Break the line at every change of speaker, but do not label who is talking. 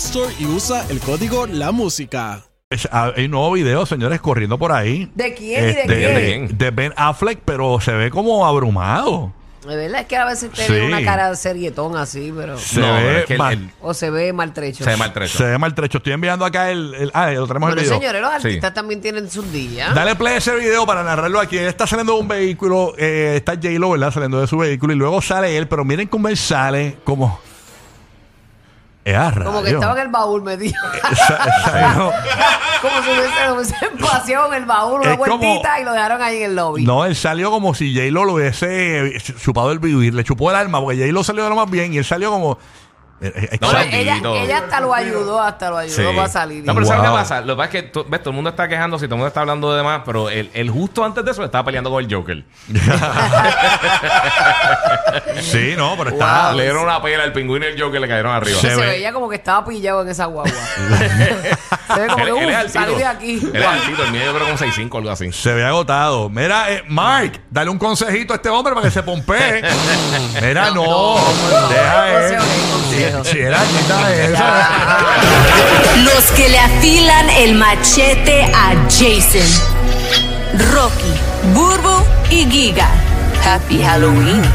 Store y usa el código La Música.
Es- ah, Hay un nuevo video, señores, corriendo por ahí.
¿De quién y de
Este,
quién?
¿De quién?
de Ben Affleck, pero se ve como abrumado.
De verdad es que a veces te
Sí.
ve una cara de serietón así, pero.
Se
No,
ve
es que el-
mal-
el-
O se ve maltrecho.
se maltrecho.
Se ve maltrecho. Estoy enviando acá el. el- ah, lo tenemos
Bueno, ¿ah?
el video.
señores, los
Sí.
artistas también tienen sus días.
Dale play a ese video para narrarlo aquí. Él está saliendo de un vehículo, eh, está J-Lo, ¿verdad? Saliendo de su vehículo y luego sale él, pero miren cómo él sale, como. Es
Como que estaba en el baúl, me dijo. como si hubiese, lo hubiesen paseado en el baúl una
Es como-
vueltita y lo dejaron ahí en el lobby.
No, él salió como si J-Lo lo hubiese chupado el vivir, le chupó el alma, porque J-Lo salió de lo más bien y él salió como. eh, eh,
No,
Pero
exacto.
ella,
Santito.
ella hasta lo ayudó, hasta lo ayudó
Sí.
para salir.
No, pero ¿sabes
Wow.
qué pasa? Lo que pasa es que tú- ves, todo el mundo está quejándose y todo el mundo está hablando de demás, pero el, el justo antes de eso estaba peleando con el Joker.
sí, no, pero está.
Le dieron una pela al pingüino y el Joker le cayeron arriba.
Que
se
se
ve.
veía como que estaba pillado en esa guagua. se ve como que,
Él- él es
uff,
altito.
salí de aquí.
Él es altito, el mío yo creo que un 6'5 o algo así.
Se ve agotado. Mira, eh, Mark, dale un consejito a este hombre para que se pompee. Mira, no. Deja
no,
eso.
consejo,
Si era quita eso.
Los que le afilan el machete a Jason. Rocky, Burbo y Giga. Happy Halloween.